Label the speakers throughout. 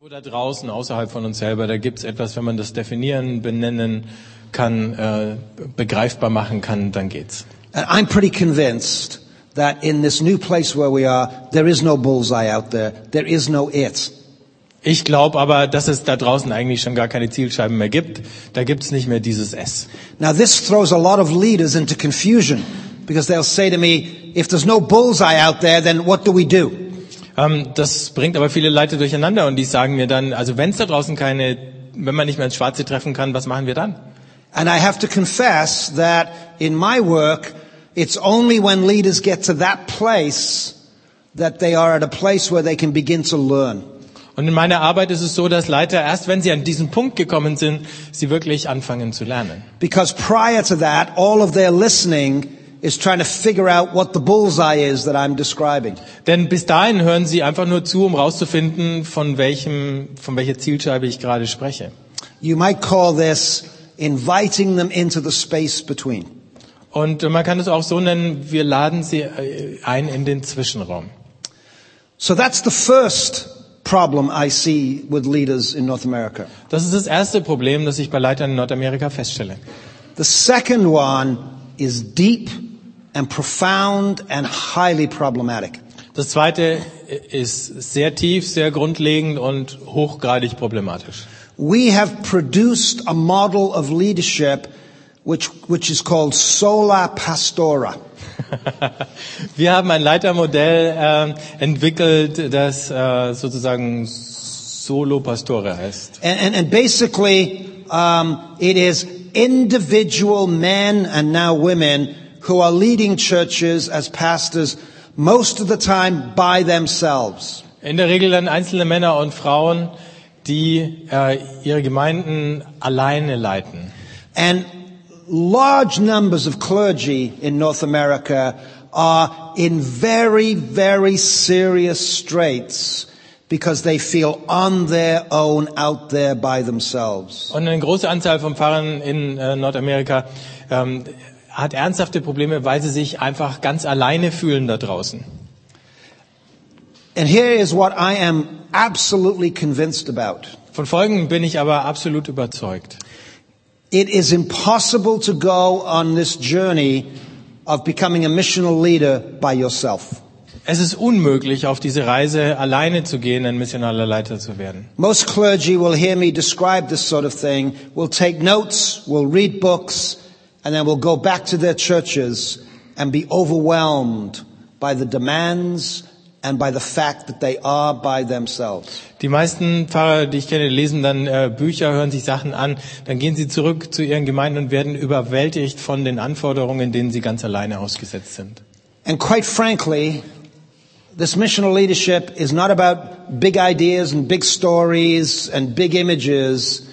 Speaker 1: Irgendwo da draußen, außerhalb von uns selber, da gibt es etwas, wenn man das definieren, benennen kann, äh, begreifbar machen kann, dann geht's.
Speaker 2: And I'm pretty convinced that in this new place where we are, there is no bullseye out there. There is no it.
Speaker 1: Ich glaube aber, dass es da draußen eigentlich schon gar keine Zielscheiben mehr gibt. Da gibt's nicht mehr dieses S.
Speaker 2: Now this throws a lot of leaders into confusion because they'll say to me, if there's no bullseye out there, then what do we do?
Speaker 1: Ähm, das bringt aber viele Leute durcheinander und die sagen mir dann, also wenn es da draußen keine, wenn man nicht mehr ins Schwarze treffen kann, was machen wir dann?
Speaker 2: And I have to confess that in my work, it's only when leaders get to that place that they are at a place where they can begin to learn.
Speaker 1: Und in meiner Arbeit ist es so, dass Leiter erst, wenn sie an diesen Punkt gekommen sind, sie wirklich anfangen zu lernen.
Speaker 2: Because prior to that, all of their listening is trying to figure out what the bullseye is that I'm describing.
Speaker 1: Denn bis dahin hören sie einfach nur zu, um rauszufinden, von welchem, von welcher Zielscheibe ich gerade spreche.
Speaker 2: You might call this inviting them into the space between.
Speaker 1: Und man kann es auch so nennen, wir laden sie äh, ein in den Zwischenraum.
Speaker 2: So that's the first problem I see with leaders in North America.
Speaker 1: Das ist das erste Problem, das ich bei Leitern in Nordamerika feststelle.
Speaker 2: The second one is deep and profound and highly problematic.
Speaker 1: Das zweite äh, ist sehr tief, sehr grundlegend und hochgradig problematisch.
Speaker 2: We have produced a model of leadership which, which is called sola pastora.
Speaker 1: Wir haben ein Leitermodell äh, entwickelt, das äh, sozusagen Solo Pastore heißt.
Speaker 2: And, and, and basically, um, it is individual men and now women who are leading churches as pastors most of the time by themselves.
Speaker 1: In der Regel dann einzelne Männer und Frauen, die äh, ihre Gemeinden alleine leiten.
Speaker 2: And large numbers of clergy in North America are in very, very serious straits because they feel on their own out there by themselves.
Speaker 1: Und eine große Anzahl von Pfarrern in äh, Nordamerika ähm, hat ernsthafte Probleme, weil sie sich einfach ganz alleine fühlen da draußen.
Speaker 2: And here is what I am absolutely convinced about.
Speaker 1: Von Folgen bin ich aber absolut überzeugt.
Speaker 2: It is impossible to go on this journey of becoming a missional leader by yourself.
Speaker 1: Es ist unmöglich, auf diese Reise alleine zu gehen, ein missionaler Leiter zu werden.
Speaker 2: Most clergy will hear me describe this sort of thing, will take notes, will read books, and then will go back to their churches and be overwhelmed by the demands and by the fact that they are by themselves.
Speaker 1: Die meisten Pfarrer, die ich kenne, lesen dann äh, Bücher, hören sich Sachen an, dann gehen sie zurück zu ihren Gemeinden und werden überwältigt von den Anforderungen, denen sie ganz alleine ausgesetzt sind.
Speaker 2: And quite frankly, this missional leadership is not about big ideas and big stories and big images.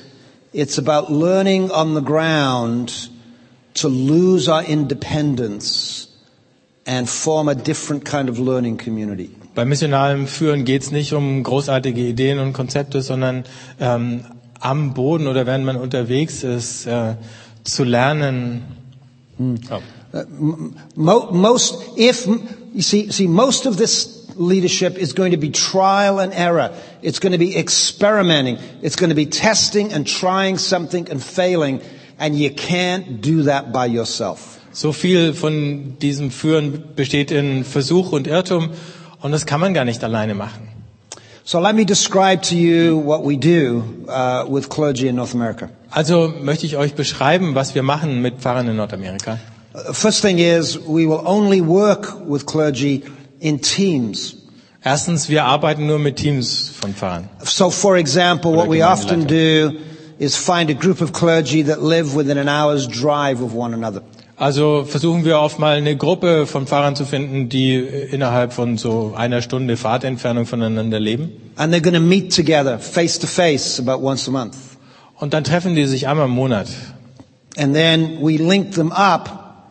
Speaker 2: It's about learning on the ground to lose our independence and form a different kind of learning community.
Speaker 1: Beim missionalen Führen geht es nicht um großartige Ideen und Konzepte, sondern ähm, am Boden oder wenn man unterwegs ist, äh, zu lernen. Oh.
Speaker 2: Mo- most, if, you see, see, most of this leadership is going to be trial and error. It's going to be experimenting. It's going to be testing and trying something and failing. And you can't do that by yourself.
Speaker 1: So viel von diesem Führen besteht in Versuch und Irrtum und das kann man gar nicht alleine machen.
Speaker 2: So let me describe to you what we do uh, with clergy in North America.
Speaker 1: Also möchte ich euch beschreiben, was wir machen mit Pfarrern in Nordamerika.
Speaker 2: Uh, First thing is, we will only work with clergy in teams.
Speaker 1: Erstens, wir arbeiten nur mit Teams von Pfarrern.
Speaker 2: So, for example, what we often
Speaker 1: Gemeindeleitung.
Speaker 2: do is find a group of clergy that live within an hour's drive of one another.
Speaker 1: Also versuchen wir oft mal eine Gruppe von Pfarrern zu finden, die äh, innerhalb von so einer Stunde Fahrtentfernung voneinander leben.
Speaker 2: And they're going to meet together face to face about once a month.
Speaker 1: Und dann treffen die sich einmal im Monat.
Speaker 2: And then we link them up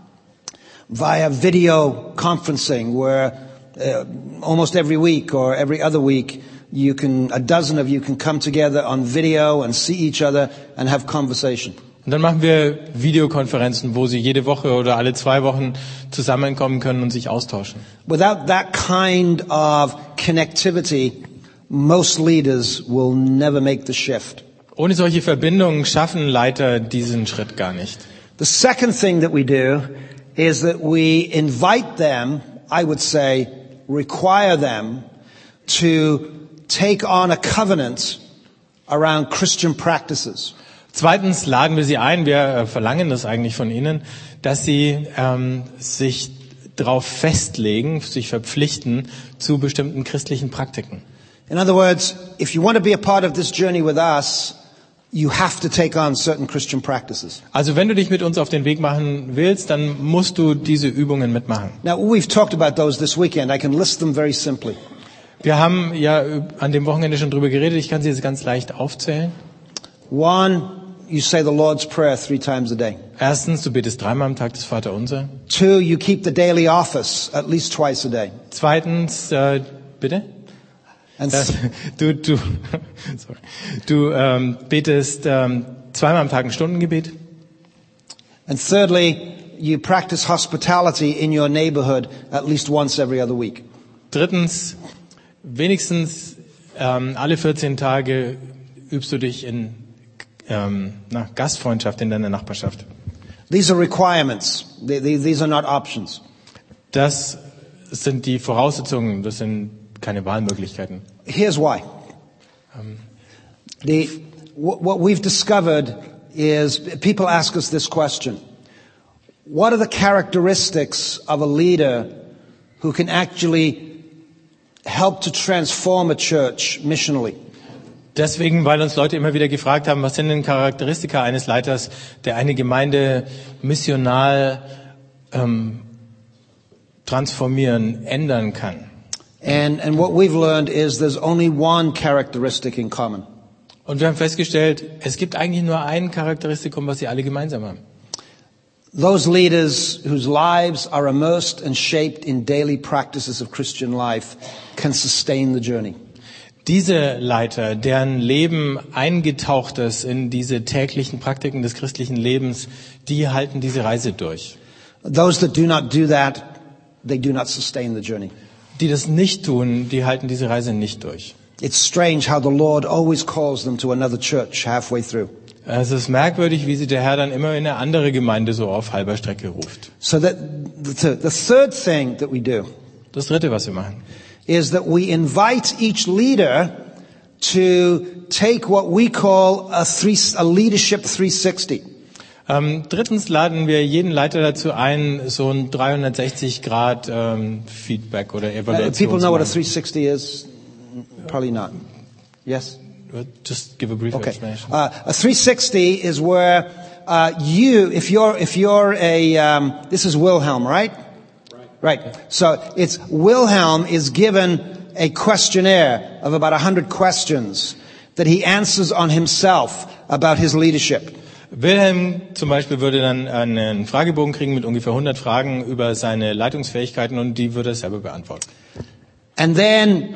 Speaker 2: via video conferencing where uh, almost every week or every other week you can, a dozen of you can come together on video and see each other and have conversation.
Speaker 1: Und dann machen wir Videokonferenzen, wo sie jede Woche oder alle zwei Wochen zusammenkommen können und sich austauschen.
Speaker 2: Without that kind of connectivity, most leaders will never make the shift.
Speaker 1: Ohne solche Verbindungen schaffen Leiter diesen Schritt gar nicht.
Speaker 2: The second thing that we do is that we invite them, I would say, require them to take on a covenant around Christian practices.
Speaker 1: Zweitens laden wir sie ein, wir äh, verlangen das eigentlich von ihnen, dass sie ähm, sich darauf festlegen, sich verpflichten zu bestimmten christlichen Praktiken.
Speaker 2: In other words, if you want to be a part of this journey with us, you have to take on certain Christian practices.
Speaker 1: Also wenn du dich mit uns auf den Weg machen willst, dann musst du diese Übungen mitmachen.
Speaker 2: Now, we've talked about those this weekend. I can list them very simply.
Speaker 1: Wir haben ja äh, an dem Wochenende schon drüber geredet, ich kann sie jetzt ganz leicht aufzählen.
Speaker 2: One, you say the Lord's Prayer three times a day.
Speaker 1: Erstens, du betest dreimal am Tag des Vaterunser.
Speaker 2: Two, you keep the daily office at least twice a day.
Speaker 1: Zweitens, äh, bitte?
Speaker 2: And
Speaker 1: Das,
Speaker 2: th-
Speaker 1: du du, sorry. du ähm, betest ähm, zweimal am Tag ein Stundengebet.
Speaker 2: And thirdly, you practice hospitality in your neighborhood at least once every other week.
Speaker 1: Drittens, wenigstens ähm, alle 14 Tage übst du dich in ähm, na, Gastfreundschaft in deiner Nachbarschaft.
Speaker 2: These are requirements. They, they, these are not options.
Speaker 1: Das sind die Voraussetzungen, das sind keine Wahlmöglichkeiten.
Speaker 2: Here's why. The, wh- what we've discovered is people ask us this question. What are the characteristics of a leader who can actually help to transform a church missionally?
Speaker 1: Deswegen, weil uns Leute immer wieder gefragt haben, was sind denn Charakteristika eines Leiters, der eine Gemeinde missional ähm, transformieren, ändern kann.
Speaker 2: And, and what we've learned is there's only one characteristic in common.
Speaker 1: Und wir haben festgestellt, es gibt eigentlich nur ein Charakteristikum, was sie alle gemeinsam haben.
Speaker 2: Those leaders whose lives are immersed and shaped in daily practices of Christian life can sustain the journey.
Speaker 1: Diese Leiter, deren Leben eingetaucht ist in diese täglichen Praktiken des christlichen Lebens, die halten diese Reise durch.
Speaker 2: Those that do not do that, they do not sustain the journey.
Speaker 1: Die das nicht tun, die halten diese Reise nicht durch.
Speaker 2: It's strange how the Lord always calls them to another church halfway through.
Speaker 1: Es ist merkwürdig, wie sie der Herr dann immer in eine andere Gemeinde so auf halber Strecke ruft.
Speaker 2: So that the, the third thing that we do
Speaker 1: Das dritte, was wir machen.
Speaker 2: is that we invite each leader to take what we call a, three, a leadership 360.
Speaker 1: Ähm, drittens laden wir jeden Leiter dazu ein, so ein 360 Grad ähm, Feedback oder
Speaker 2: Uh,
Speaker 1: Evaluation.
Speaker 2: people
Speaker 1: zu
Speaker 2: know what a
Speaker 1: machen.
Speaker 2: 360 is? Probably not. Yes?
Speaker 1: Just give a brief
Speaker 2: Okay.
Speaker 1: explanation.
Speaker 2: Uh, a 360 is where uh, you, if you're, if you're a, um, this is Wilhelm, right? Right. So it's Wilhelm is given a questionnaire of about 100 questions that he answers on himself about his leadership.
Speaker 1: Wilhelm zum Beispiel würde dann einen Fragebogen kriegen mit ungefähr 100 Fragen über seine Leitungsfähigkeiten und die würde er selber beantworten.
Speaker 2: And then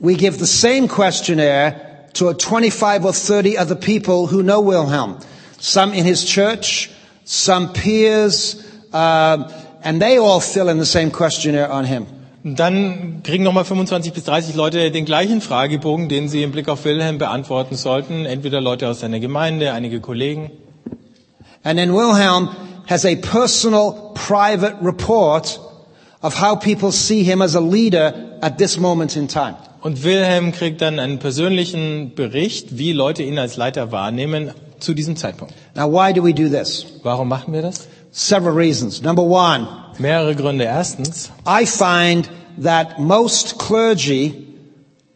Speaker 2: we give the same questionnaire to 25 or 30 other people who know Wilhelm. Some in his church, some peers, um, and they all fill in the same questionnaire on him.
Speaker 1: Und Dann kriegen nochmal 25 bis 30 Leute den gleichen Fragebogen, den sie im Blick auf Wilhelm beantworten sollten. Entweder Leute aus seiner Gemeinde, einige Kollegen.
Speaker 2: And then Wilhelm has a personal, private report of how people see him as a leader at this moment in time.
Speaker 1: Und Wilhelm kriegt dann einen persönlichen Bericht, wie Leute ihn als Leiter wahrnehmen zu diesem Zeitpunkt.
Speaker 2: Now, why do we do this?
Speaker 1: Warum machen wir das?
Speaker 2: Several reasons. Number one,
Speaker 1: Mehrere Gründe. Erstens,
Speaker 2: I find that most clergy,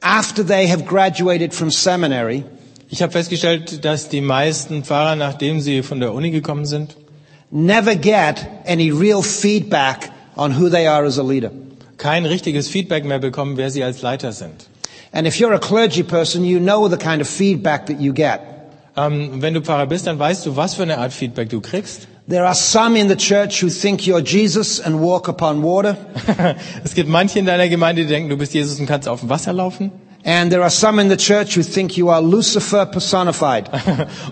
Speaker 2: after they have graduated from seminary,
Speaker 1: ich habe festgestellt, dass die meisten Pfarrer, nachdem sie von der Uni gekommen sind,
Speaker 2: never get any real feedback on who they are as a leader.
Speaker 1: kein richtiges Feedback mehr bekommen, wer sie als Leiter sind.
Speaker 2: And if you're a clergy person, you know the kind of feedback that you get.
Speaker 1: Ähm, wenn du Pfarrer bist, dann weißt du, was für eine Art Feedback du kriegst.
Speaker 2: There are some in the church who think you're Jesus and walk upon water.
Speaker 1: es gibt manche in deiner Gemeinde, die denken, du bist Jesus und kannst auf dem Wasser laufen.
Speaker 2: And there are some in the church who think you are Lucifer personified.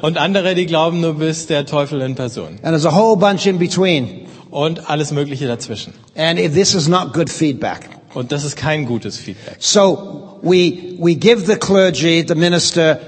Speaker 1: und andere, die glauben, du bist der Teufel in Person.
Speaker 2: And there's a whole bunch in between.
Speaker 1: Und alles Mögliche dazwischen.
Speaker 2: And if this is not good feedback.
Speaker 1: Und das ist kein gutes Feedback.
Speaker 2: So we, we give the clergy, the minister,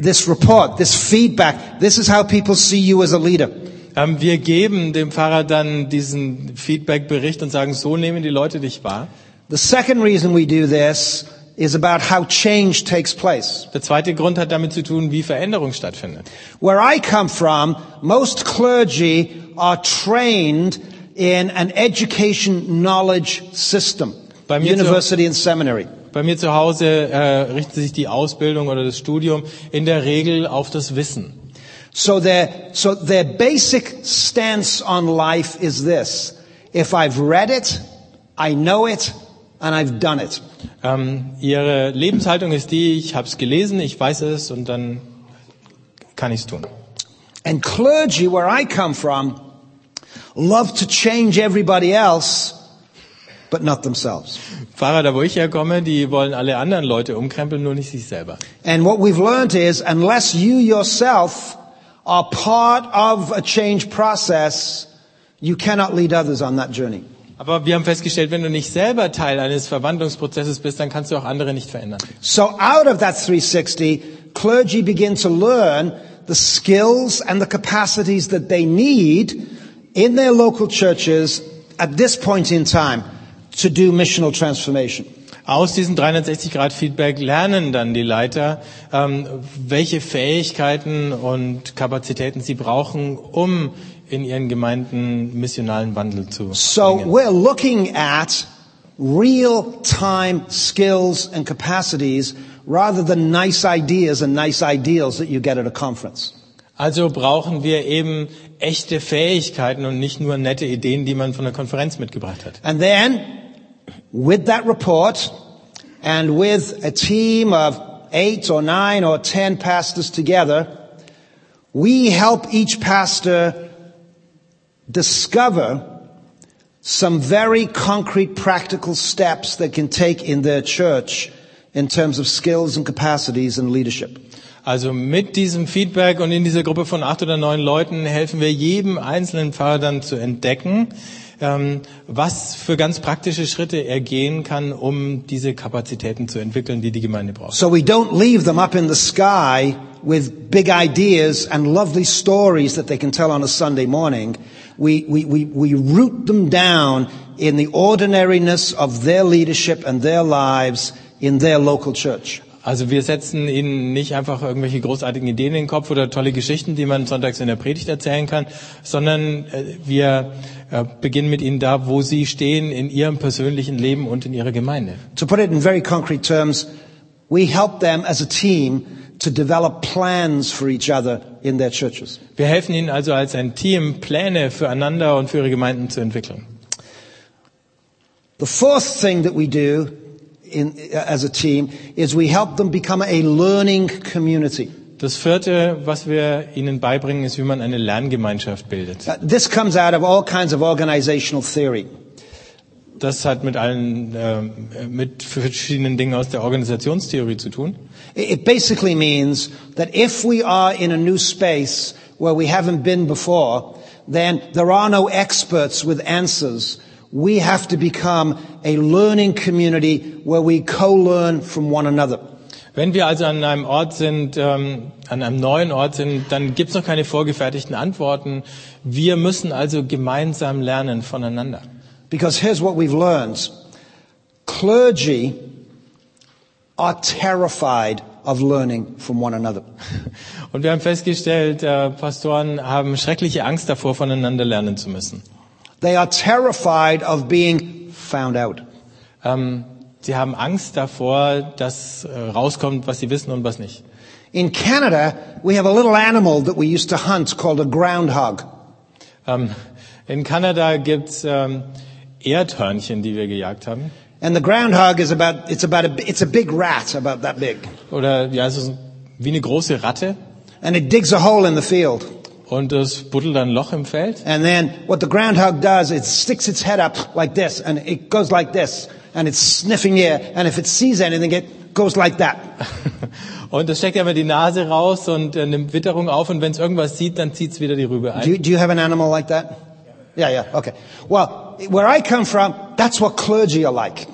Speaker 2: this report, this feedback. This is how people see you as a leader.
Speaker 1: Ähm, wir geben dem Pfarrer dann diesen Feedback-Bericht und sagen, so nehmen die Leute dich wahr.
Speaker 2: The second reason we do this is about how change takes place.
Speaker 1: Der zweite Grund hat damit zu tun, wie Veränderung stattfindet.
Speaker 2: Where I come from, most clergy are trained in an education knowledge system,
Speaker 1: Bei mir
Speaker 2: university and seminary.
Speaker 1: Bei mir zu Hause äh, richtet sich die Ausbildung oder das Studium in der Regel auf das Wissen.
Speaker 2: So their, so their basic stance on life is this. If I've read it, I know it, and I've done it.
Speaker 1: Ähm, ihre Lebenshaltung ist die, ich habe es gelesen, ich weiß es und dann kann ich es tun.
Speaker 2: And clergy, where I come from, love to change everybody else, but not themselves.
Speaker 1: Pfarrer, da wo ich herkomme, die wollen alle anderen Leute umkrempeln, nur nicht sich selber.
Speaker 2: And what we've learned is unless you yourself are part of a change process, you cannot lead others on that journey.
Speaker 1: Aber wir haben festgestellt, wenn du nicht selber Teil eines Verwandlungsprozesses bist, dann kannst du auch andere nicht verändern.
Speaker 2: So out of that 360, clergy begin to learn the skills and the capacities that they need in their local churches at this point in time to do missional transformation.
Speaker 1: Aus diesem 360-Grad-Feedback lernen dann die Leiter, ähm, welche Fähigkeiten und Kapazitäten sie brauchen, um in ihren Gemeinden missionalen Wandel zu
Speaker 2: So
Speaker 1: bringen.
Speaker 2: we're looking at real time skills and capacities rather than nice ideas and nice ideals that you get at a conference.
Speaker 1: Also brauchen wir eben echte Fähigkeiten und nicht nur nette Ideen, die man von der Konferenz mitgebracht hat.
Speaker 2: And then with that report and with a team of eight or nine or ten pastors together, we help each pastor discover some very concrete practical steps they can take in their church in terms of skills and capacities and leadership.
Speaker 1: Also mit diesem Feedback und in dieser Gruppe von acht oder neun Leuten helfen wir jedem einzelnen Pfarrer dann zu entdecken, ähm, was für ganz praktische Schritte er gehen kann, um diese Kapazitäten zu entwickeln, die die Gemeinde braucht.
Speaker 2: So we don't leave them up in the sky with big ideas and lovely stories that they can tell on a Sunday morning. We, we, we, we root them down in the ordinariness of their leadership and their lives in their local church.
Speaker 1: Also wir setzen ihnen nicht einfach irgendwelche großartigen Ideen in den Kopf oder tolle Geschichten, die man sonntags in der Predigt erzählen kann, sondern äh, wir äh, beginnen mit ihnen da, wo sie stehen in ihrem persönlichen Leben und in ihrer Gemeinde.
Speaker 2: To put it in very concrete terms, we help them as a team to develop plans for each other in their churches.
Speaker 1: Wir helfen ihnen also als ein Team, Pläne füreinander und für ihre Gemeinden zu entwickeln.
Speaker 2: The fourth thing that we do in, as a team is we help them become a learning community.
Speaker 1: Das vierte, was wir ihnen beibringen, ist, wie man eine Lerngemeinschaft bildet.
Speaker 2: Uh, this comes out of all kinds of organizational theory.
Speaker 1: Das hat mit allen, ähm, mit verschiedenen Dingen aus der Organisationstheorie zu tun.
Speaker 2: It it basically means that if we are in a new space where we haven't been before, then there are no experts with answers. We have to become a learning community where we co-learn from one another.
Speaker 1: Wenn wir also an einem Ort sind, ähm, an einem neuen Ort sind, dann gibt's noch keine vorgefertigten Antworten. Wir müssen also gemeinsam lernen voneinander.
Speaker 2: Because here's what we've learned. Clergy are terrified of learning from one another.
Speaker 1: Und wir haben festgestellt, äh, Pastoren haben schreckliche Angst davor, voneinander lernen zu müssen.
Speaker 2: They are terrified of being found out.
Speaker 1: Ähm, sie haben Angst davor, dass äh, rauskommt, was sie wissen und was nicht.
Speaker 2: In Canada, we have a little animal that we used to hunt called a groundhog.
Speaker 1: Ähm, in Kanada gibt's ähm, Erdhörnchen, die wir gejagt haben.
Speaker 2: And the groundhog is about, it's about a, it's a big rat, about that big.
Speaker 1: Oder ja, es ist wie eine große Ratte
Speaker 2: And it digs a hole in the field.
Speaker 1: und es buddelt ein Loch im Feld.
Speaker 2: And then what the groundhog does, it sticks its head up like this and it goes like this and it's sniffing here. And if it sees anything, it goes like that.
Speaker 1: Und es steckt immer die Nase raus und äh, nimmt Witterung auf und wenn es irgendwas sieht, dann zieht's wieder die Rübe
Speaker 2: Do
Speaker 1: ein.
Speaker 2: you, do you have an animal like that? Yeah, yeah, okay. Well, where I come from, that's what clergy are like.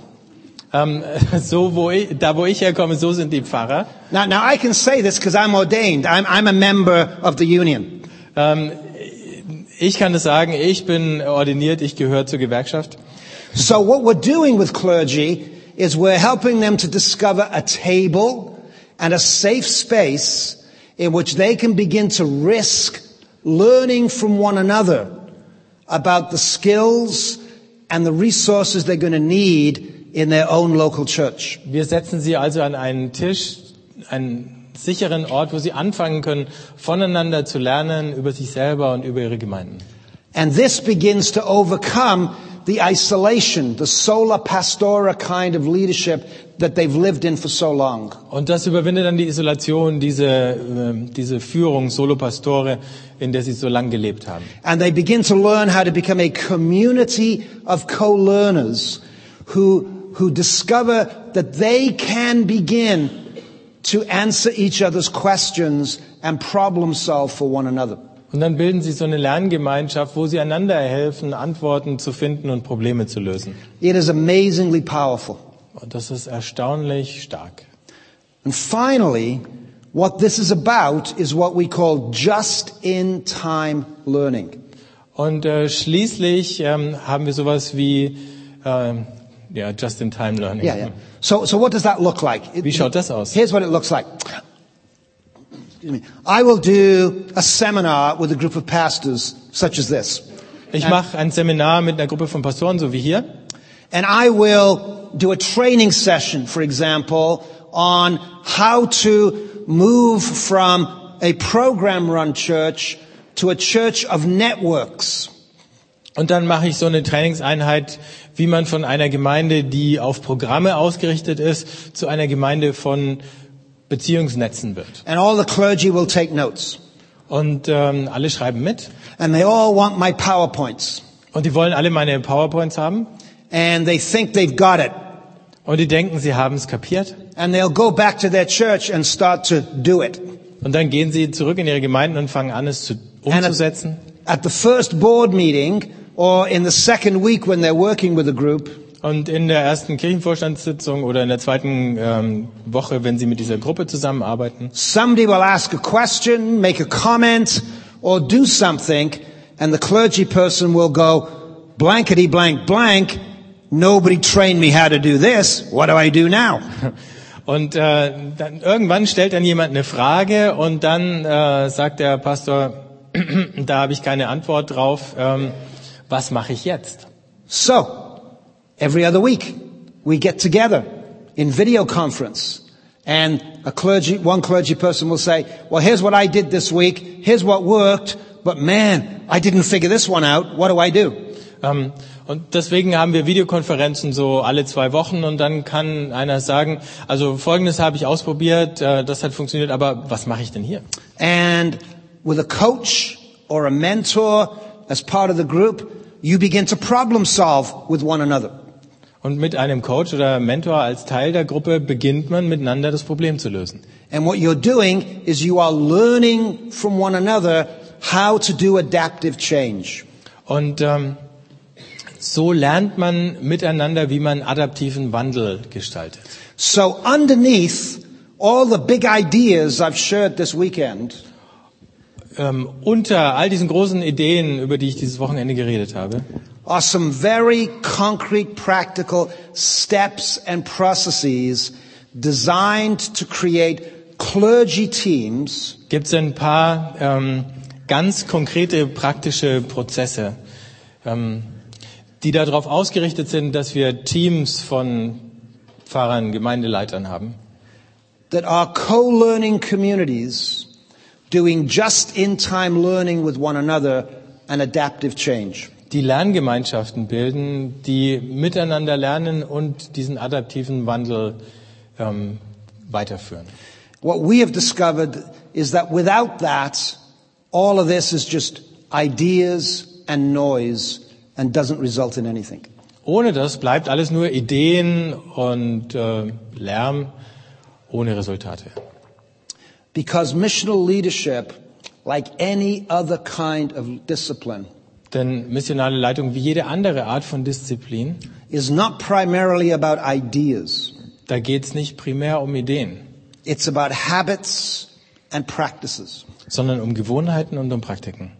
Speaker 1: Ähm, so wo ich, da wo ich herkomme, so sind die Pfarrer.
Speaker 2: Now, now I can say this because I'm ordained. I'm, I'm a member of the union.
Speaker 1: Ähm, ich kann es sagen, ich bin ordiniert, ich gehöre zur Gewerkschaft.
Speaker 2: So what we're doing with clergy is we're helping them to discover a table and a safe space in which they can begin to risk learning from one another about the skills and the resources they're going to need in their own local church.
Speaker 1: Wir setzen sie also an einen Tisch, einen sicheren Ort, wo sie anfangen können, voneinander zu lernen über sich selber und über ihre Gemeinden.
Speaker 2: And this begins to overcome the isolation, the sola pastora kind of leadership that they've lived in for so long.
Speaker 1: Und das überwindet dann die Isolation, diese, ähm, diese Führung Solopastore, in der sie so lange gelebt haben.
Speaker 2: And they begin to learn how to become a community of co-learners who, who discover that they can begin to answer each other's questions and problem solve for one another.
Speaker 1: Und dann bilden sie so eine Lerngemeinschaft, wo sie einander helfen, Antworten zu finden und Probleme zu lösen.
Speaker 2: It is amazingly powerful.
Speaker 1: Und das ist erstaunlich stark.
Speaker 2: And finally, what this is about is what we call just in time learning.
Speaker 1: Und äh, schließlich ähm, haben wir sowas wie ähm, ja, Just-in-Time Learning.
Speaker 2: Yeah, yeah. So, so what does that look like? It-
Speaker 1: Wie schaut das aus?
Speaker 2: Here's what it looks like. Excuse me. I will do a seminar with a group of pastors such as this.
Speaker 1: Ich mache ein Seminar mit einer Gruppe von Pastoren, so wie hier.
Speaker 2: And I will do a training session, for example, on how to move from a program run church to a church of networks.
Speaker 1: Und dann mache ich so eine Trainingseinheit, wie man von einer Gemeinde, die auf Programme ausgerichtet ist, zu einer Gemeinde von Beziehungsnetzen wird.
Speaker 2: And all the clergy will take notes.
Speaker 1: Und ähm, alle schreiben mit.
Speaker 2: And they all want my PowerPoints.
Speaker 1: Und die wollen alle meine PowerPoints haben.
Speaker 2: And they think they've got it.
Speaker 1: Und die denken, sie haben es kapiert.
Speaker 2: And they'll go back to their church and start to do it.
Speaker 1: Und dann gehen sie zurück in ihre Gemeinden und fangen an, es zu, umzusetzen.
Speaker 2: At the first board meeting or in the second week when they're working with a group,
Speaker 1: Und in der ersten Kirchenvorstandssitzung oder in der zweiten ähm, Woche, wenn sie mit dieser Gruppe zusammenarbeiten,
Speaker 2: somebody will ask a question, make a comment, or do something, and the clergy person will go, blankety blank blank, nobody trained me how to do this, what do I do now?
Speaker 1: Und äh, dann, irgendwann stellt dann jemand eine Frage und dann äh, sagt der Pastor, da habe ich keine Antwort drauf, ähm, was mache ich jetzt?
Speaker 2: So, every other week, we get together in video conference and a clergy, one clergy person will say, well, here's what I did this week. Here's what worked. But man, I didn't figure this one out. What do I do?
Speaker 1: Ähm, und deswegen haben wir Videokonferenzen so alle zwei Wochen und dann kann einer sagen, also folgendes habe ich ausprobiert, äh, das hat funktioniert, aber was mache ich denn hier?
Speaker 2: And with a coach or a mentor as part of the group, you begin to problem solve with one another.
Speaker 1: Und mit einem Coach oder Mentor als Teil der Gruppe beginnt man miteinander das Problem zu lösen.
Speaker 2: And what you're doing is you are learning from one another how to do adaptive change.
Speaker 1: Und ähm, so lernt man miteinander, wie man adaptiven Wandel gestaltet.
Speaker 2: So underneath all the big ideas I've shared this weekend
Speaker 1: Ähm, unter all diesen großen Ideen, über die ich dieses Wochenende geredet habe,
Speaker 2: are some very concrete, practical steps and processes designed to create clergy teams
Speaker 1: gibt es ein paar ähm, ganz konkrete praktische Prozesse, ähm, die darauf ausgerichtet sind, dass wir Teams von Pfarrern, Gemeindeleitern haben.
Speaker 2: that are co-learning communities doing just-in-time learning with one another and adaptive change.
Speaker 1: die Lerngemeinschaften bilden, die miteinander lernen und diesen adaptiven Wandel ähm, weiterführen.
Speaker 2: What we have discovered is that without that, all of this is just ideas and noise and doesn't result in anything.
Speaker 1: Ohne das bleibt alles nur Ideen und äh, Lärm ohne Resultate.
Speaker 2: Because missional leadership, like any other kind of discipline,
Speaker 1: Denn missionale Leitung, wie jede andere Art von Disziplin,
Speaker 2: is not primarily about ideas.
Speaker 1: da geht es nicht primär um Ideen,
Speaker 2: It's about habits and practices.
Speaker 1: sondern um Gewohnheiten und um Praktiken.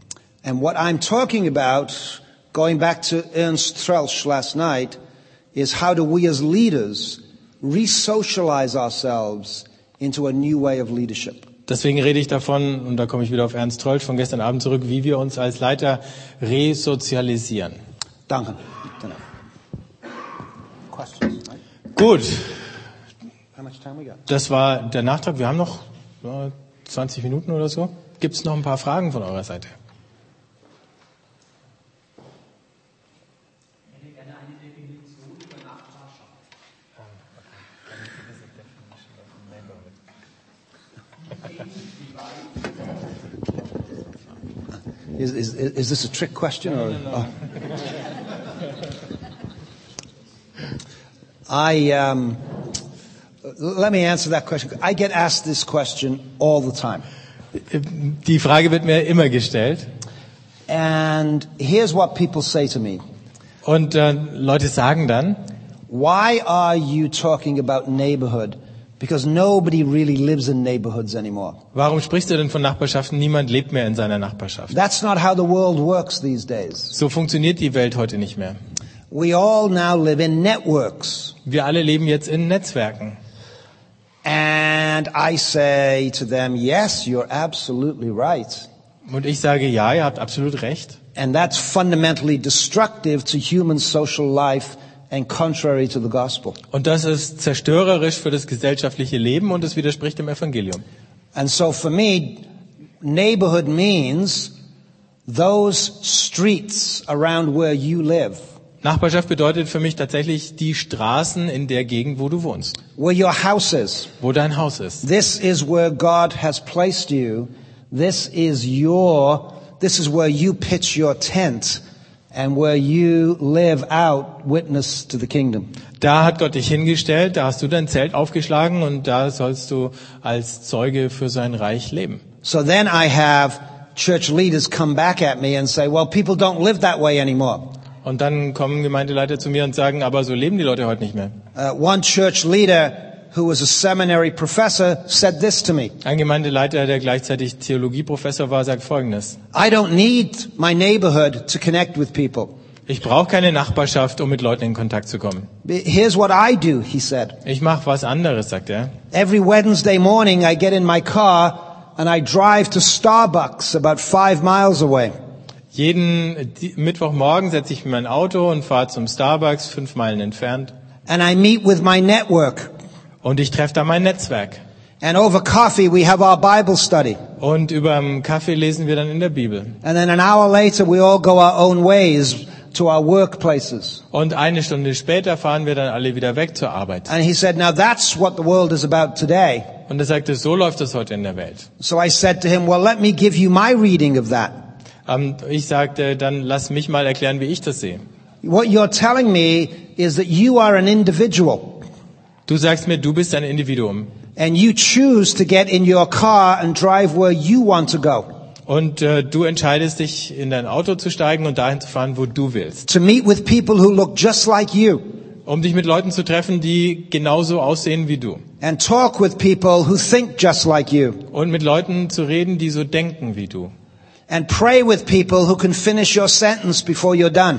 Speaker 2: And what I'm talking about, going back to Ernst Strelch last night, is how do we as leaders re-socialize ourselves into a new way of leadership?
Speaker 1: Deswegen rede ich davon, und da komme ich wieder auf Ernst Trollsch von gestern Abend zurück, wie wir uns als Leiter resozialisieren.
Speaker 2: Duncan. dunno. Questions, right?
Speaker 1: Gut,
Speaker 2: How much time we got?
Speaker 1: das war der Nachtrag. Wir haben noch äh, 20 Minuten oder so. Gibt es noch ein paar Fragen von eurer Seite?
Speaker 3: Ich hätte gerne eine Definition über Nachbarschaft.
Speaker 2: Is, is, is this a trick question? Or, Oh. I, um, let me answer that question. I get asked this question all the time.
Speaker 1: Äh, Die Frage wird mir immer gestellt.
Speaker 2: And here's what people say to me.
Speaker 1: Und äh, Leute sagen dann,
Speaker 2: Why are you talking about neighborhood? Because nobody really lives in neighborhoods anymore.
Speaker 1: warum sprichst du denn von Nachbarschaften? Niemand lebt mehr in seiner Nachbarschaft.
Speaker 2: That's not how the world works these days.
Speaker 1: So funktioniert die Welt heute nicht mehr.
Speaker 2: We all now live in networks.
Speaker 1: Wir alle leben jetzt in Netzwerken.
Speaker 2: And I say to them, yes, you're absolutely right.
Speaker 1: Und ich sage, ja, ihr habt absolut recht.
Speaker 2: And that's fundamentally destructive to human social life and contrary to the gospel.
Speaker 1: Und das ist zerstörerisch für das gesellschaftliche Leben und es widerspricht dem Evangelium.
Speaker 2: And so for me, neighborhood means those streets around where you live,
Speaker 1: Nachbarschaft bedeutet für mich tatsächlich die Straßen in der Gegend, wo du wohnst,
Speaker 2: where your house is.
Speaker 1: wo dein Haus ist.
Speaker 2: This is where God has placed you. This is your, this is where you pitch your tent and where you live out witness to the kingdom.
Speaker 1: Da hat Gott dich hingestellt, da hast du dein Zelt aufgeschlagen und da sollst du als Zeuge für sein Reich leben.
Speaker 2: So then I have church leaders come back at me and say, well, people don't live that way anymore.
Speaker 1: Und dann kommen Gemeindeleiter zu mir und sagen, aber so leben die Leute heute nicht mehr.
Speaker 2: Uh, one church leader who was a seminary professor said this to me.
Speaker 1: Ein Gemeindeleiter, der gleichzeitig Theologieprofessor war, sagt Folgendes.
Speaker 2: I don't need my neighborhood to connect with people.
Speaker 1: Ich brauche keine Nachbarschaft, um mit Leuten in Kontakt zu kommen.
Speaker 2: B- Here's what I do, he said.
Speaker 1: Ich mache was anderes, sagt er.
Speaker 2: Every Wednesday morning I get in my car and I drive to Starbucks about five miles away.
Speaker 1: Jeden Di- Mittwochmorgen setze ich mir mein Auto und fahre zum Starbucks, fünf Meilen entfernt.
Speaker 2: And I meet with my network.
Speaker 1: Und ich treffe da mein Netzwerk.
Speaker 2: And over coffee we have our Bible study.
Speaker 1: Und überm Kaffee lesen wir dann in der Bibel.
Speaker 2: And then an hour later we all go our own ways to our workplaces.
Speaker 1: Und eine Stunde später fahren wir dann alle wieder weg zur Arbeit.
Speaker 2: And he said, now that's what the world is about today.
Speaker 1: Und er sagte, so läuft das heute in der Welt.
Speaker 2: So I said to him, well, let me give you my reading of that.
Speaker 1: Ähm, Ich sagte, dann lass mich mal erklären, wie ich das sehe.
Speaker 2: What you're telling me is that you are an individual.
Speaker 1: Du sagst mir, du bist ein Individuum.
Speaker 2: and you choose to get in your car and drive where you want to go,
Speaker 1: Und äh, du entscheidest dich, in dein Auto zu steigen und dahin zu fahren, wo du willst.
Speaker 2: to meet with people who look just like you,
Speaker 1: Um dich mit Leuten zu treffen, die genauso aussehen wie du.
Speaker 2: and talk with people who think just like you,
Speaker 1: Und mit Leuten zu reden, die so denken wie du.
Speaker 2: and pray with people who can finish your sentence before you're done.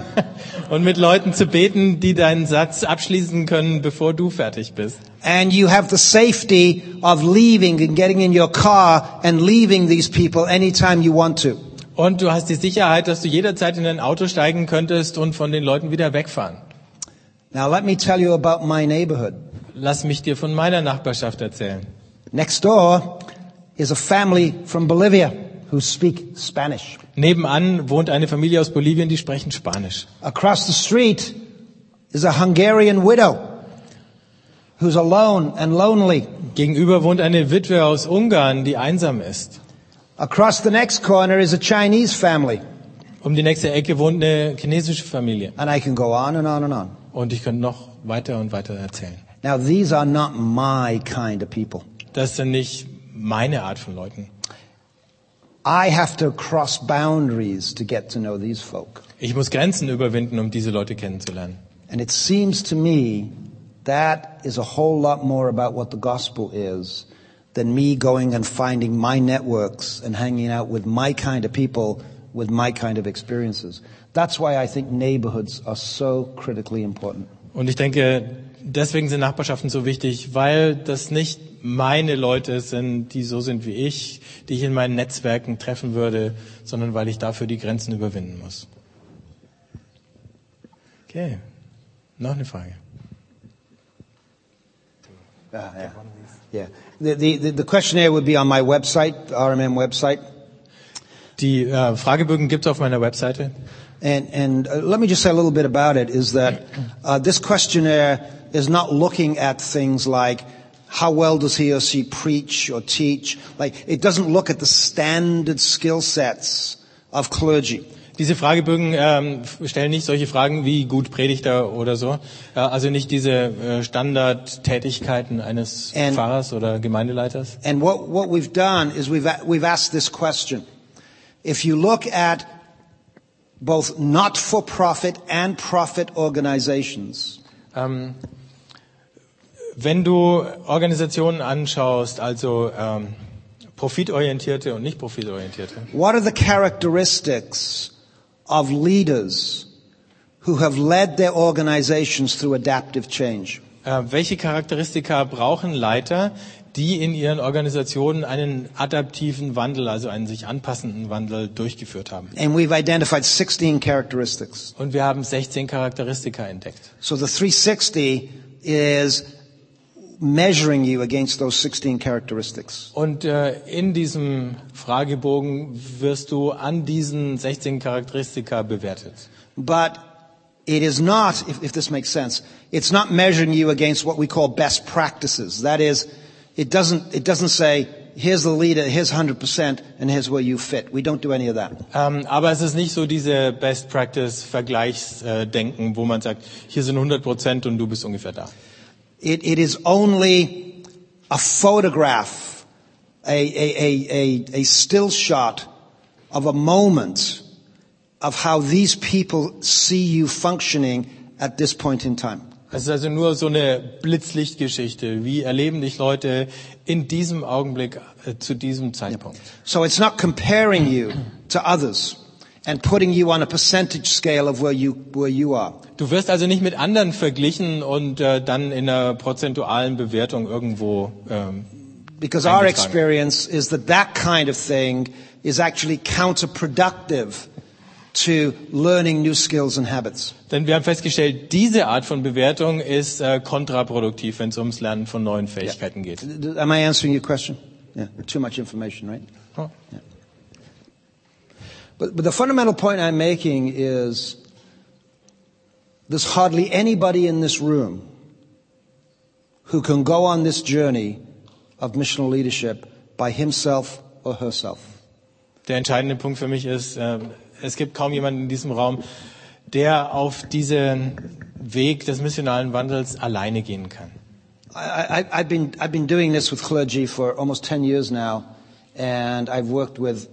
Speaker 1: Und mit Leuten zu beten, die deinen Satz abschließen können, bevor du fertig bist.
Speaker 2: and you have the safety of leaving and getting in your car and leaving these people anytime you want to.
Speaker 1: Und du hast die Sicherheit, dass du jederzeit in dein Auto steigen könntest und von den Leuten wieder wegfahren.
Speaker 2: Now let me tell you about my neighborhood.
Speaker 1: Lass mich dir von meiner Nachbarschaft erzählen.
Speaker 2: Next door is a family from Bolivia who speak Spanish.
Speaker 1: Nebenan wohnt eine Familie aus Bolivien, die sprechen Spanisch.
Speaker 2: Across the street is a Hungarian widow who's alone and lonely.
Speaker 1: Gegenüber wohnt eine Witwe aus Ungarn, die einsam ist.
Speaker 2: Across the next corner is a Chinese family.
Speaker 1: Um die nächste Ecke wohnt eine chinesische Familie.
Speaker 2: And I can go on and on and on.
Speaker 1: Und ich könnte noch weiter und weiter erzählen.
Speaker 2: Now, these are not my kind of people.
Speaker 1: Das sind nicht meine Art von Leuten.
Speaker 2: I have to cross boundaries to get to know these folk.
Speaker 1: Ich muss Grenzen überwinden, um diese Leute kennenzulernen.
Speaker 2: And it seems to me that is a whole lot more about what the gospel is than me going and finding my networks and hanging out with my kind of people with my kind of experiences. That's why I think neighborhoods are so critically important.
Speaker 1: Und ich denke, deswegen sind Nachbarschaften so wichtig, weil das nicht meine Leute sind, die so sind wie ich, die ich in meinen Netzwerken treffen würde, sondern weil ich dafür die Grenzen überwinden muss. Okay, noch eine Frage.
Speaker 2: Ah, yeah. yeah. The, the, the, the questionnaire would be on my website, the RMM website.
Speaker 1: Die äh, Fragebögen gibt's auf meiner Webseite.
Speaker 2: And, and uh, let me just say a little bit about it is that uh, this questionnaire is not looking at things like how well does he or she preach or teach. Like, it doesn't look at the standard skill sets of clergy.
Speaker 1: Diese Fragebögen ähm, stellen nicht solche Fragen wie gut predigt er oder so, äh, also nicht diese äh, Standardtätigkeiten eines
Speaker 2: And-
Speaker 1: Pfarrers oder Gemeindeleiters.
Speaker 2: And what, what we've done is we've, a- we've asked this question. If you look at both not-for-profit and profit organizations,
Speaker 1: Ähm, wenn du Organisationen anschaust, also ähm, profitorientierte und nicht profitorientierte,
Speaker 2: what are the characteristics of leaders who have led their organizations through adaptive change?
Speaker 1: äh, welche Charakteristika brauchen Leiter, die in ihren Organisationen einen adaptiven Wandel, also einen sich anpassenden Wandel durchgeführt haben?
Speaker 2: And we've identified 16 characteristics.
Speaker 1: Und wir haben 16 Charakteristika entdeckt.
Speaker 2: So the 360 is measuring you against those 16 characteristics.
Speaker 1: Und äh, in diesem Fragebogen wirst du an diesen 16 Charakteristika bewertet.
Speaker 2: But it is not, if, if this makes sense, it's not measuring you against what we call best practices. That is, it doesn't, it doesn't say, here's the leader, here's 100%, and here's where you fit. We don't do any of that.
Speaker 1: Ähm, aber es ist nicht so diese Best Practice Vergleichsdenken, wo man sagt, hier sind 100 Prozent und du bist ungefähr da.
Speaker 2: It, it is only a photograph, a, a, a, a, a still shot of a moment of how these people see you functioning at this point in time.
Speaker 1: Es ist also nur so eine Blitzlichtgeschichte. Wie erleben dich Leute in diesem Augenblick äh, zu diesem Zeitpunkt?
Speaker 2: So it's not comparing you to others and putting you on a percentage scale of where you, where you are.
Speaker 1: Du wirst also nicht mit anderen verglichen und äh, dann in einer prozentualen Bewertung irgendwo. Ähm,
Speaker 2: Because our
Speaker 1: Eingetragen.
Speaker 2: experience is that that kind of thing is actually counterproductive to learning new skills and habits.
Speaker 1: denn wir haben festgestellt, diese Art von Bewertung ist äh, kontraproduktiv, wenn es ums Lernen von neuen Fähigkeiten geht.
Speaker 2: D- d- Am I answering your question? Yeah, too much information, right?
Speaker 1: Oh.
Speaker 2: But, but the fundamental point I'm making is there's hardly anybody in this room who can go on this journey of missional leadership by himself or herself.
Speaker 1: Der entscheidende Punkt für mich ist, äh, es gibt kaum jemanden in diesem Raum, der auf diesen Weg des missionalen Wandels alleine gehen kann.
Speaker 2: I, I, I've, been, I've been doing this with clergy for almost 10 years now, and I've worked with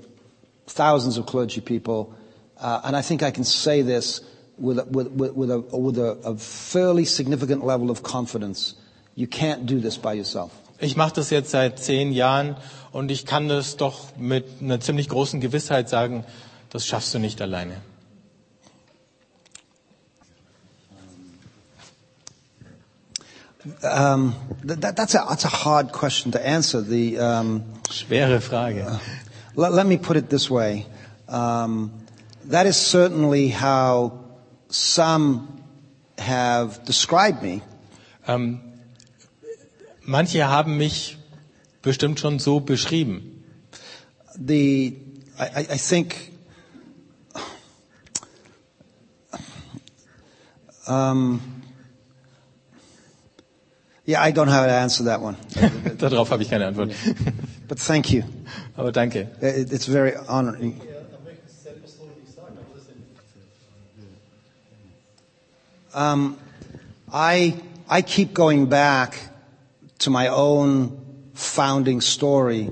Speaker 2: thousands of clergy people, uh, and I think I can say this with, a- with, with, with, a, with a, a fairly significant level of confidence. You can't do this by yourself.
Speaker 1: Ich mache das jetzt seit zehn Jahren und ich kann das doch mit einer ziemlich großen Gewissheit sagen, das schaffst du nicht alleine.
Speaker 2: Um, Th- that, that's, a, that's a hard question to answer. The, um,
Speaker 1: Schwere Frage.
Speaker 2: let, let me put it this way. Um, that is certainly how some have described me.
Speaker 1: Ähm, manche haben mich bestimmt schon so beschrieben.
Speaker 2: The, I, I I think, um, yeah, I don't know how to answer that one,
Speaker 1: Darauf habe ich keine Antwort.
Speaker 2: but thank you.
Speaker 1: Aber danke.
Speaker 2: It, it's very honoring.
Speaker 4: Er möchte es selber so nicht sagen, aber das ist ein
Speaker 2: Um, I, I keep going back to my own founding story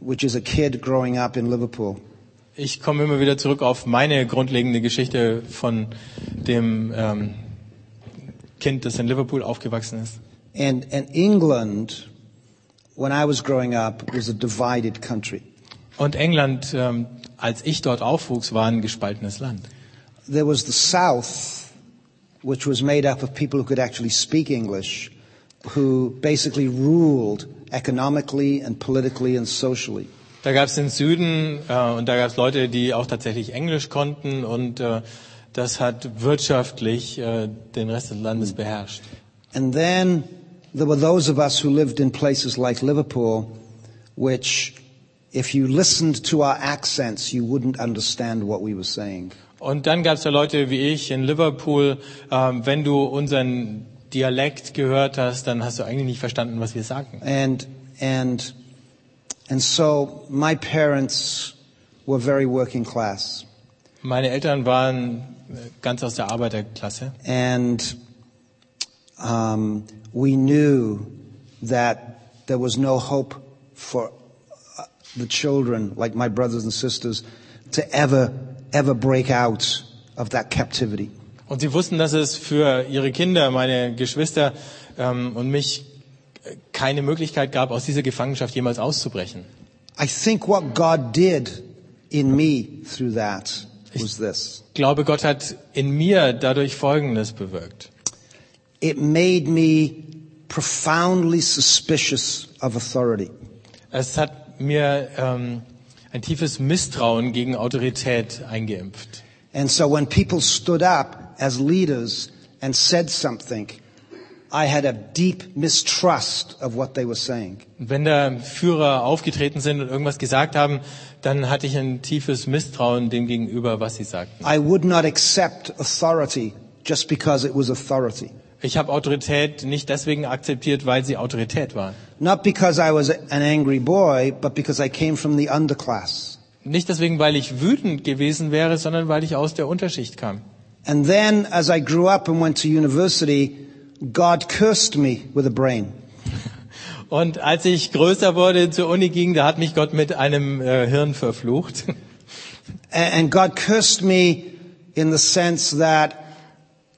Speaker 2: which is a kid growing up in Liverpool.
Speaker 1: Ich komme immer wieder zurück auf meine grundlegende Geschichte von dem ähm, Kind, das in Liverpool aufgewachsen ist.
Speaker 2: And, and England, when I was growing up, was a divided country.
Speaker 1: Und England, ähm, als ich dort aufwuchs, war ein gespaltenes Land.
Speaker 2: There was the South, which was made up of people who could actually speak English, who basically ruled economically and politically and socially.
Speaker 1: Da gab es den Süden äh, und da gab es Leute, die auch tatsächlich Englisch konnten und äh, das hat wirtschaftlich äh, den Rest des Landes beherrscht.
Speaker 2: And then there were those of us who lived in places like Liverpool, which, if you listened to our accents, you wouldn't understand what we were saying.
Speaker 1: Und dann gab es ja Leute wie ich in Liverpool, ähm, wenn du unseren Dialekt gehört hast, dann hast du eigentlich nicht verstanden, was wir sagten.
Speaker 2: And, and, and so my parents were very working class.
Speaker 1: Meine Eltern waren äh, ganz aus der Arbeiterklasse
Speaker 2: And um, we knew that there was no hope for uh, the children, like my brothers and sisters, to ever, ever break out of that captivity.
Speaker 1: und sie wussten, dass es für ihre Kinder, meine Geschwister ähm, und mich äh, keine Möglichkeit gab, aus dieser Gefangenschaft jemals auszubrechen.
Speaker 2: I think what God did in me through that was this.
Speaker 1: Ich glaube, Gott hat in mir dadurch Folgendes bewirkt.
Speaker 2: It made me profoundly suspicious of authority.
Speaker 1: Es hat mir ähm, ein tiefes Misstrauen gegen Autorität eingeimpft.
Speaker 2: And so when people stood up as leaders and said something, I had a deep mistrust of what they were saying.
Speaker 1: Und Wenn da Führer aufgetreten sind und irgendwas gesagt haben, dann hatte ich ein tiefes Misstrauen dem gegenüber, was sie sagten.
Speaker 2: I would not accept authority just because it was authority.
Speaker 1: Ich habe Autorität nicht deswegen akzeptiert, weil sie Autorität war.
Speaker 2: Not because I was an angry boy, but because I came from the underclass.
Speaker 1: Nicht deswegen, weil ich wütend gewesen wäre, sondern weil ich aus der Unterschicht kam.
Speaker 2: And then as I grew up and went to university, God cursed me with a brain.
Speaker 1: Und als ich größer wurde, zur Uni ging, da hat mich Gott mit einem äh, Hirn verflucht.
Speaker 2: A- And God cursed me in the sense that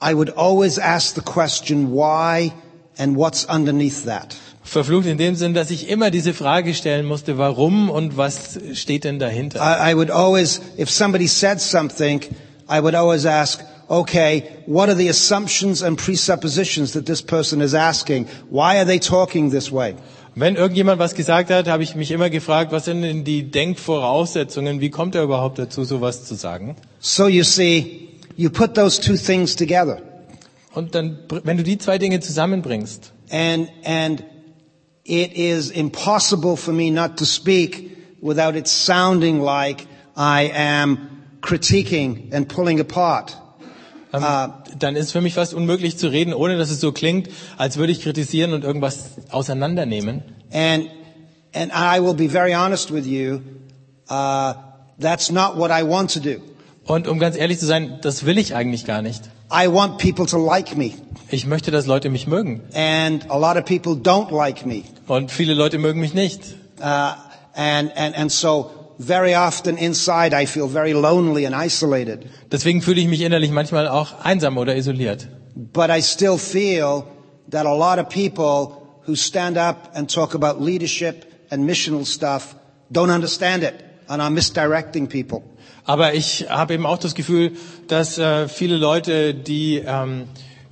Speaker 2: I would always ask the question why and what's underneath that.
Speaker 1: Verflucht in dem Sinn, dass ich immer diese Frage stellen musste, warum und was steht denn dahinter?
Speaker 2: I, I would always, if somebody said something, I would always ask, okay, what are the assumptions and presuppositions that this person is asking? Why are they talking this way?
Speaker 1: Wenn irgendjemand was gesagt hat, habe ich mich immer gefragt, was sind denn die Denkvoraussetzungen? Wie kommt er überhaupt dazu, sowas zu sagen?
Speaker 2: So you see, you put those two things together
Speaker 1: Und dann, br- wenn du die zwei Dinge zusammenbringst,
Speaker 2: and, and it is impossible for me not to speak without it sounding like I am critiquing and pulling apart.
Speaker 1: ähm, dann ist für mich fast unmöglich zu reden, ohne dass es so klingt, als würde ich kritisieren und irgendwas auseinandernehmen.
Speaker 2: And, and I will be very honest with you, uh, that's not what I want to do.
Speaker 1: Und um ganz ehrlich zu sein, das will ich eigentlich gar nicht.
Speaker 2: I want people to like me.
Speaker 1: Ich möchte, dass Leute mich mögen.
Speaker 2: And a lot of people don't like me.
Speaker 1: Und viele Leute mögen mich nicht.
Speaker 2: Uh, and, and, and so very often inside I feel very lonely and isolated.
Speaker 1: Deswegen fühle ich mich innerlich manchmal auch einsam oder isoliert.
Speaker 2: But I still feel that a lot of people who stand up and talk about leadership and missional stuff don't understand it and are misdirecting people.
Speaker 1: Aber ich habe eben auch das Gefühl, dass äh, viele Leute, die ähm,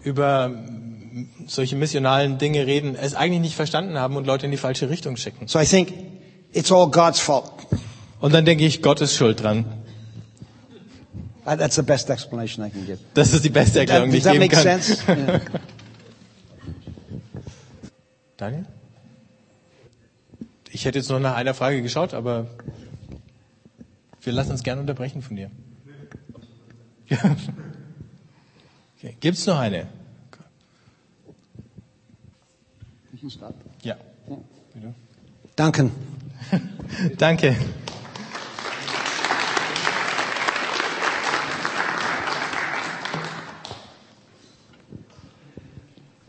Speaker 1: über mm, solche missionalen Dinge reden, es eigentlich nicht verstanden haben und Leute in die falsche Richtung schicken.
Speaker 2: So I think it's all God's fault.
Speaker 1: Und dann denke ich, Gott ist schuld dran.
Speaker 2: Uh, That's the best explanation I can give.
Speaker 1: Das ist die beste Erklärung,
Speaker 2: That-
Speaker 1: die
Speaker 2: does
Speaker 1: ich
Speaker 2: that
Speaker 1: geben kann.
Speaker 2: make sense? Yeah.
Speaker 1: Daniel? Ich hätte jetzt nur nach einer Frage geschaut, aber wir lassen uns gerne unterbrechen von dir. Ja. Okay. Gibt's noch eine? Ja. Bitte.
Speaker 2: Duncan.
Speaker 1: Danke.